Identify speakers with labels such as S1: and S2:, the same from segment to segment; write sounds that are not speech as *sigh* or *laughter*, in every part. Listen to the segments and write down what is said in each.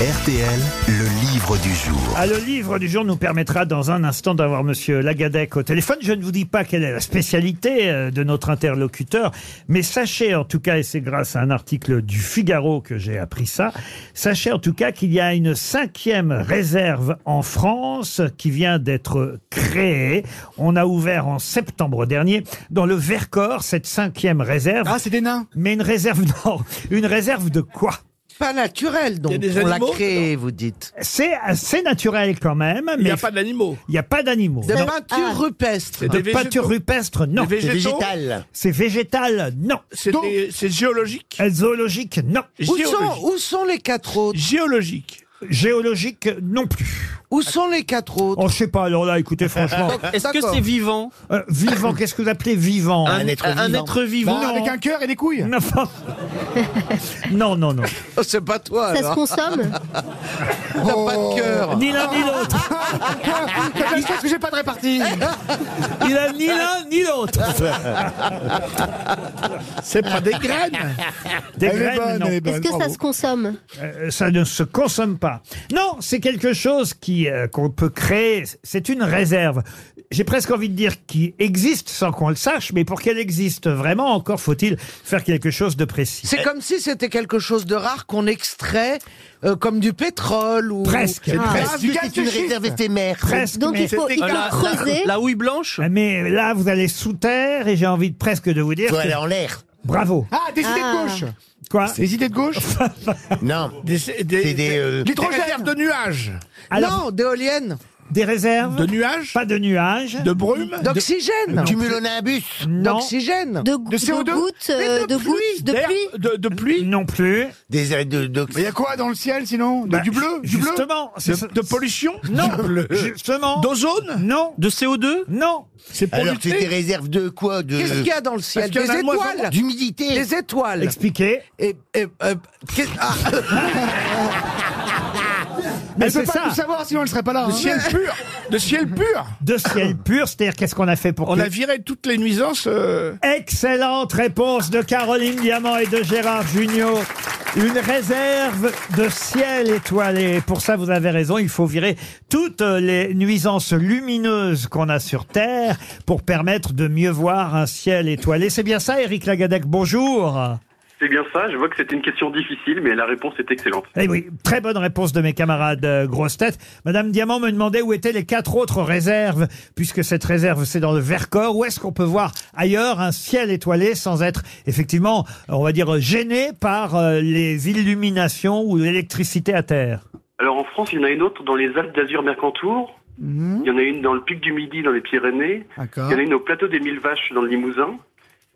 S1: RTL, le livre du jour.
S2: Ah, le livre du jour nous permettra dans un instant d'avoir Monsieur Lagadec au téléphone. Je ne vous dis pas quelle est la spécialité euh, de notre interlocuteur, mais sachez en tout cas, et c'est grâce à un article du Figaro que j'ai appris ça, sachez en tout cas qu'il y a une cinquième réserve en France qui vient d'être créée. On a ouvert en septembre dernier dans le Vercors cette cinquième réserve,
S3: Ah, c'est des nains
S2: mais une réserve *laughs* non, une réserve de quoi
S4: Pas naturel, donc.
S3: Il y a des
S4: on l'a
S3: animaux
S4: créé, vous dites.
S2: C'est assez naturel quand même,
S3: Il n'y
S2: mais
S3: a pas d'animaux. Ah.
S2: il n'y a pas d'animaux.
S4: De
S2: Non.
S4: peinture rupestre.
S3: C'est
S2: De
S3: des végétaux.
S2: peinture rupestre, non.
S3: Des végétaux.
S4: Végétale.
S2: C'est végétal, non.
S3: C'est
S4: Donc-
S3: des- c'est géologique.
S2: Zoologique, non.
S4: Où
S3: Géologique.
S4: sont, où sont les quatre autres
S3: Géologique.
S2: Géologique, non plus.
S4: Où sont les quatre autres
S2: Oh, je sais pas, alors là, écoutez, franchement. *laughs*
S5: Est-ce que
S4: D'accord.
S5: c'est vivant
S2: Euh, vivant, qu'est-ce que vous appelez vivant
S5: être vivant. Un être vivant.
S3: Bah,
S2: avec un cœur et des couilles Non, *laughs* non, non. non.
S4: Oh, C'est pas toi,
S6: Ça se
S3: *laughs*
S4: alors.
S6: consomme
S4: T'as pas de cœur.
S2: Ni l'un ni l'autre.
S3: Je pense que j'ai pas de répartie.
S2: Il a ni l'un ni l'autre.
S3: C'est pas
S2: *laughs*
S3: des graines.
S2: Des graines, non.
S3: Eh ben,
S6: Est-ce que ça se consomme
S2: Euh, ça ne se consomme pas. Non, c'est quelque chose qui euh, qu'on peut créer. C'est une réserve. J'ai presque envie de dire qui existe sans qu'on le sache, mais pour qu'elle existe vraiment, encore faut-il faire quelque chose de précis.
S4: C'est comme si c'était quelque chose de rare qu'on extrait euh, comme du pétrole ou.
S2: Presque,
S3: bah,
S4: Ah, du gaz de schiste.
S2: presque.
S6: Donc
S2: mais, Ah,
S6: il faut, il faut
S5: La-
S6: creuser.
S5: La houille blanche
S2: mais là, vous allez sous terre et j'ai envie de presque de vous dire. que-
S7: en l'air.
S2: Bravo.
S3: Ah, des idées
S6: Ah.
S3: de gauche.
S2: Quoi
S3: Des idées de gauche
S7: Non.
S3: *laughs* Des,
S7: C'est des, euh,
S3: réserves de nuages.
S2: Alors,
S4: Non, d'éoliennes.
S2: des réserves,
S3: De nuages
S2: pas de nuages,
S3: De brume
S4: D'oxygène.
S7: Cumulonimbus.
S4: D'oxygène.
S6: De,
S3: de CO2.
S6: de gouttes, euh,
S4: Mais
S6: de
S4: de
S6: gouttes, de
S3: d'air-
S6: pluie.
S3: De, de pluie
S2: non plus.
S7: Des euh, de, d'ox-
S3: Mais il y a quoi dans le ciel sinon De-
S2: Bah,
S3: Du bleu Du bleu
S2: Justement, c'est ça-
S3: de, de pollution
S2: Non,
S3: Du bleu.
S2: justement.
S3: D'ozone
S2: Non,
S5: De CO2
S2: non.
S3: C'est pour
S7: Alors c'est
S3: lutter
S7: des réserves de quoi De
S4: Qu'est-ce qu'il y a dans le ciel
S3: qu'il y
S4: Des
S3: en a de moins en
S4: étoiles.
S7: d'humidité. Ah,
S4: Des étoiles.
S2: Expliquez.
S4: Et, et, euh, qu'est- ah,
S2: Mais c'est ça.
S3: savoir sinon elle serait pas là. De ciel pur De ciel pur
S2: de
S3: *coughs*
S2: ciel pur, c'est-à-dire qu'est-ce qu'on a fait pour
S3: On
S2: que-
S3: a viré toutes les nuisances. euh,
S2: Excellente réponse de Caroline Diamant et de Gérard Junior. Une réserve de ciel étoilé. Pour ça, vous avez raison, il faut virer toutes les nuisances lumineuses qu'on a sur Terre pour permettre de mieux voir un ciel étoilé. C'est bien ça, Eric Lagadec, bonjour.
S8: C'est bien ça, je vois que c'était une question difficile, mais la réponse est excellente.
S2: Eh oui, très bonne réponse de mes camarades euh, grosses têtes. Madame Diamant me demandait où étaient les quatre autres réserves, puisque cette réserve c'est dans le Vercors. Où est-ce qu'on peut voir ailleurs un ciel étoilé sans être effectivement, on va dire, gêné par euh, les illuminations ou l'électricité à terre
S8: Alors en France, il y en a une autre dans les Alpes d'Azur Mercantour,
S2: Mhm.
S8: il y en a une dans le Pic du Midi dans les Pyrénées,
S2: Ah.
S8: il y en a une au plateau des Mille Vaches dans le Limousin,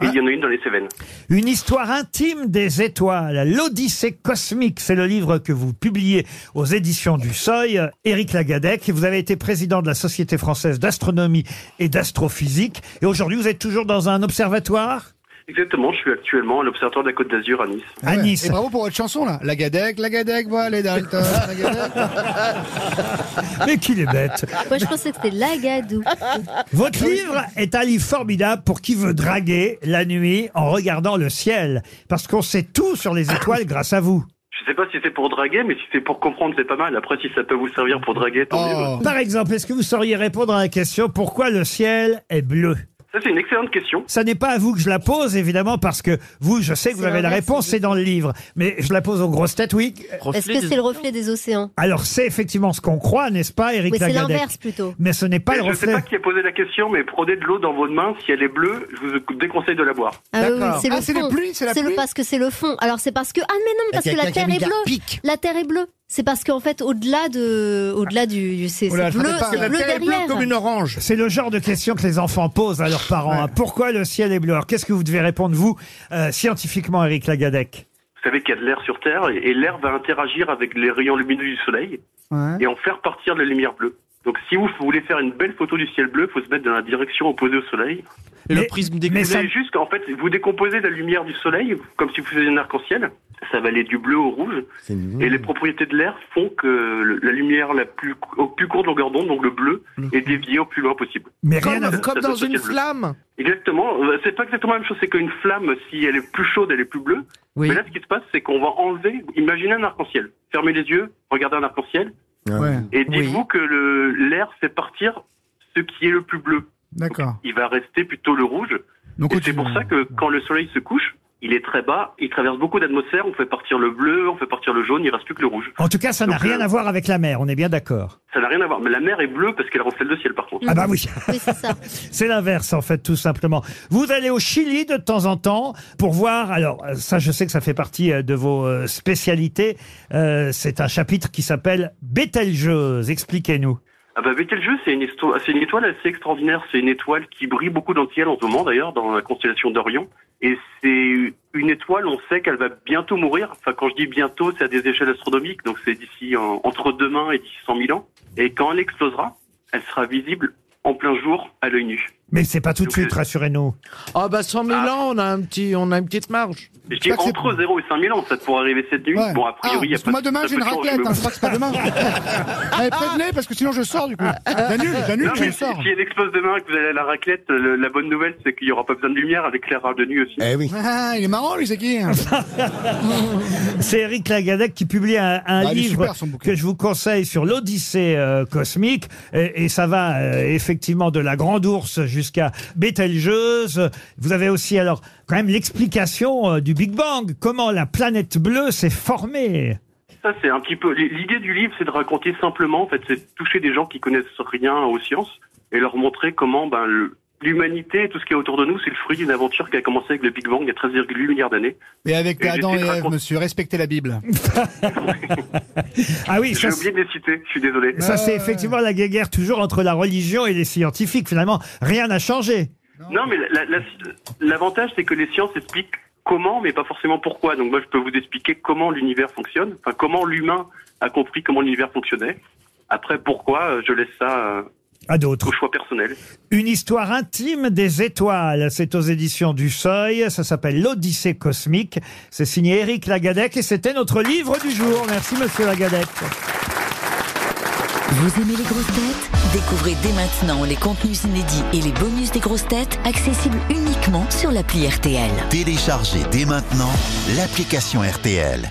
S8: et il y en a une dans les Cévennes.
S2: Une histoire intime des étoiles, l'Odyssée cosmique, c'est le livre que vous publiez aux éditions du Seuil. Éric Lagadec, vous avez été président de la Société française d'astronomie et d'astrophysique, et aujourd'hui vous êtes toujours dans un observatoire
S8: Exactement, je suis actuellement à l'Observatoire de la Côte d'Azur à Nice.
S2: à Nice.
S3: bravo pour votre chanson là. La Gadec, la Gadec, voilà les Dalton.
S2: *laughs* Mais qu'il est bête
S6: Moi je pensais que c'était Lagadou.
S2: Votre livre est un livre formidable pour qui veut draguer la nuit en regardant le ciel, parce qu'on sait tout sur les étoiles grâce à vous.
S8: Je sais pas si c'est pour draguer, mais si c'est pour comprendre, c'est pas mal. Après, si ça peut vous servir pour draguer, tant mieux.
S2: Par exemple, est-ce que vous sauriez répondre à la question pourquoi le ciel est bleu
S8: Ça, c'est une excellente question.
S2: Ça n'est pas à vous que je la pose, évidemment, parce que vous, je sais que vous
S6: C'est
S2: avez la
S6: l'inverse,
S2: réponse, c'est dans le livre. Mais je la pose aux grosses têtes, oui.
S6: Est-ce que c'est le reflet des océans
S2: Alors, c'est effectivement ce qu'on croit, n'est-ce pas, Eric
S6: Oui, c'est
S2: Lagadec
S6: l'inverse plutôt.
S2: Mais ce n'est pas
S8: Et
S2: le
S8: je sais
S2: reflet.
S8: pas qui a posé la question, mais prenez de l'eau dans vos mains. Si elle est bleue, je vous déconseille de la boire.
S6: Ah oui, oui,
S3: D'accord.
S6: c'est le
S3: Ah, c'est les
S6: fond.
S3: pluies, c'est la
S6: le-
S3: pluie
S6: parce que c'est le fond. Alors c'est parce que ah mais non, parce que la terre est bleue. La terre est bleue. C'est parce qu'en fait au-delà de au-delà du, du- c'est
S3: Oula,
S6: c'est
S3: Oh je
S6: bleu,
S3: savais pas.
S6: c'est
S3: La
S6: bleu
S3: terre est bleue
S6: derrière.
S3: comme une orange.
S2: C'est le genre de question que les enfants posent à leurs parents. hein. Pourquoi le ciel est bleu Alors, qu'est-ce que vous devez répondre, vous, euh, scientifiquement, Eric Lagadec
S8: Vous savez qu'il y a de l'air sur Terre, et et l'air va interagir avec les rayons lumineux du soleil, et en faire partir de la lumière bleue. Donc si vous voulez faire une belle photo du ciel bleu, il faut se mettre dans la direction opposée au soleil.
S5: Et
S2: Mais-
S5: le prisme
S2: mais
S5: découlé.
S8: Vous
S2: ça-
S8: allez juste, en fait, vous décomposez la lumière du soleil, comme si vous faisiez un arc-en-ciel. Ça va aller du bleu au rouge.
S7: C'est nouveau.
S2: Mmh.
S8: Et les propriétés de l'air font que le- la lumière la plus, cou- au plus courte longueur d'onde, donc le bleu,
S2: Mmh.
S8: est déviée au plus loin possible.
S2: Mais rien à
S4: Comme,
S2: voir.
S4: comme dans une flamme.
S8: Exactement. Euh, C'est pas exactement la même chose. C'est qu'une flamme, si elle est plus chaude, elle est plus bleue.
S4: Oui.
S8: Mais là, ce qui se passe, c'est qu'on va enlever. Imaginez un arc-en-ciel. Fermez les yeux, regardez un arc-en-ciel,
S7: Ah.
S3: Ouais,
S8: et dites-vous que le- l'air fait partir ce qui est le plus bleu.
S3: d'accord.
S8: Il va rester plutôt le rouge.
S3: Donc,
S8: Et
S3: tu-
S8: c'est pour ça que quand le soleil se couche, il est très bas, il traverse beaucoup d'atmosphères, on fait partir le bleu, on fait partir le jaune, il reste plus que le rouge.
S2: En tout cas, ça n'a
S8: Donc,
S2: rien
S8: euh,
S2: à voir avec la mer, on est bien d'accord.
S8: Ça n'a rien à voir. Mais la mer est bleue parce qu'elle reflète le ciel, par contre.
S2: Ah bah oui,
S6: Oui, c'est ça.
S2: c'est l'inverse en fait, tout simplement. Vous allez au Chili de temps en temps pour voir, alors euh, ça je sais que ça fait partie euh, de vos euh, spécialités, Euh, c'est un chapitre qui s'appelle Bételgeuse, expliquez-nous.
S8: Ah bah Betelgeuse, c'est une, histo- c'est une étoile assez extraordinaire. C'est une étoile qui brille beaucoup dans le ciel en ce moment, d'ailleurs, dans la constellation d'Orion. Et c'est une étoile, on sait qu'elle va bientôt mourir. Enfin, quand je dis bientôt, c'est à des échelles astronomiques, donc c'est d'ici en- entre demain et d'ici 100 000 ans. Et quand elle explosera, elle sera visible en plein jour à l'œil nu.
S2: Mais c'est pas tout de
S8: Donc,
S2: suite,
S8: euh,
S2: rassurez-nous.
S4: Ah bah 100 000
S8: Ah.
S4: ans, on a, un petit, on a une petite marge.
S8: Je dis
S3: crois que c'est
S8: entre 0 et 5 000 ans, ça pourrait arriver cette nuit.
S3: Ouais.
S8: Bon, a priori,
S3: Ah,
S8: il y a
S3: parce que
S8: pas
S3: moi
S8: de-
S3: demain
S8: ça
S3: j'ai
S8: peut
S3: une
S8: changer,
S3: raclette,
S8: mais
S3: hein,
S8: bon.
S3: je crois que c'est pas
S8: *laughs*
S3: demain. Allez, prévenez parce que sinon je sors du coup. J'annule, j'annule,
S8: Non,
S3: je
S8: mais
S3: sors.
S8: si, si elle explose demain et que vous allez à la raclette, le- la bonne nouvelle, c'est qu'il n'y aura pas besoin de lumière, l'éclairage de nuit aussi.
S7: Eh oui.
S3: Ah, il est marrant lui, c'est qui hein
S2: C'est Eric Lagadec qui publie un, un
S3: Ah, il est
S2: livre
S3: super, son bouquin.
S2: que je vous conseille sur l'Odyssée euh, cosmique. Et, et ça va euh, effectivement de la Grande Ourse jusqu'à Bételgeuse. Vous avez aussi alors quand même l'explication euh, du Big Bang, comment la planète bleue s'est formée.
S8: Ça, c'est un petit peu. L'idée du livre, c'est de raconter simplement, en fait, c'est de toucher des gens qui connaissent rien aux sciences et leur montrer comment ben, le- l'humanité, tout ce qui est autour de nous, c'est le fruit d'une aventure qui a commencé avec le Big Bang il y a 13,8 milliards d'années.
S3: Et avec
S8: Et
S3: Adam et
S8: j'étais
S3: Ève,
S8: raconte-
S3: monsieur, respectez la Bible.
S2: Ah oui,
S8: J'ai
S2: ça, Bah,
S8: oublié de les citer, je suis désolé.
S2: ça, c'est effectivement la guerre toujours entre la religion et les scientifiques. Finalement, rien n'a changé.
S8: Non, mais la- la- l'avantage, c'est que les sciences expliquent comment, mais pas forcément pourquoi. Donc moi, je peux vous expliquer comment l'univers fonctionne, enfin comment l'humain a compris comment l'univers fonctionnait. Après, pourquoi, euh, je laisse ça euh,
S2: À d'autres.
S8: au choix personnel.
S2: Une histoire intime des étoiles. C'est aux éditions du Seuil. Ça s'appelle L'Odyssée cosmique. C'est signé Éric Lagadec et c'était notre livre du jour. Merci, monsieur Lagadec.
S9: Vous aimez les grosses têtes Découvrez dès maintenant les contenus inédits et les bonus des grosses têtes accessibles uniquement sur l'appli RTL.
S1: Téléchargez dès maintenant l'application RTL.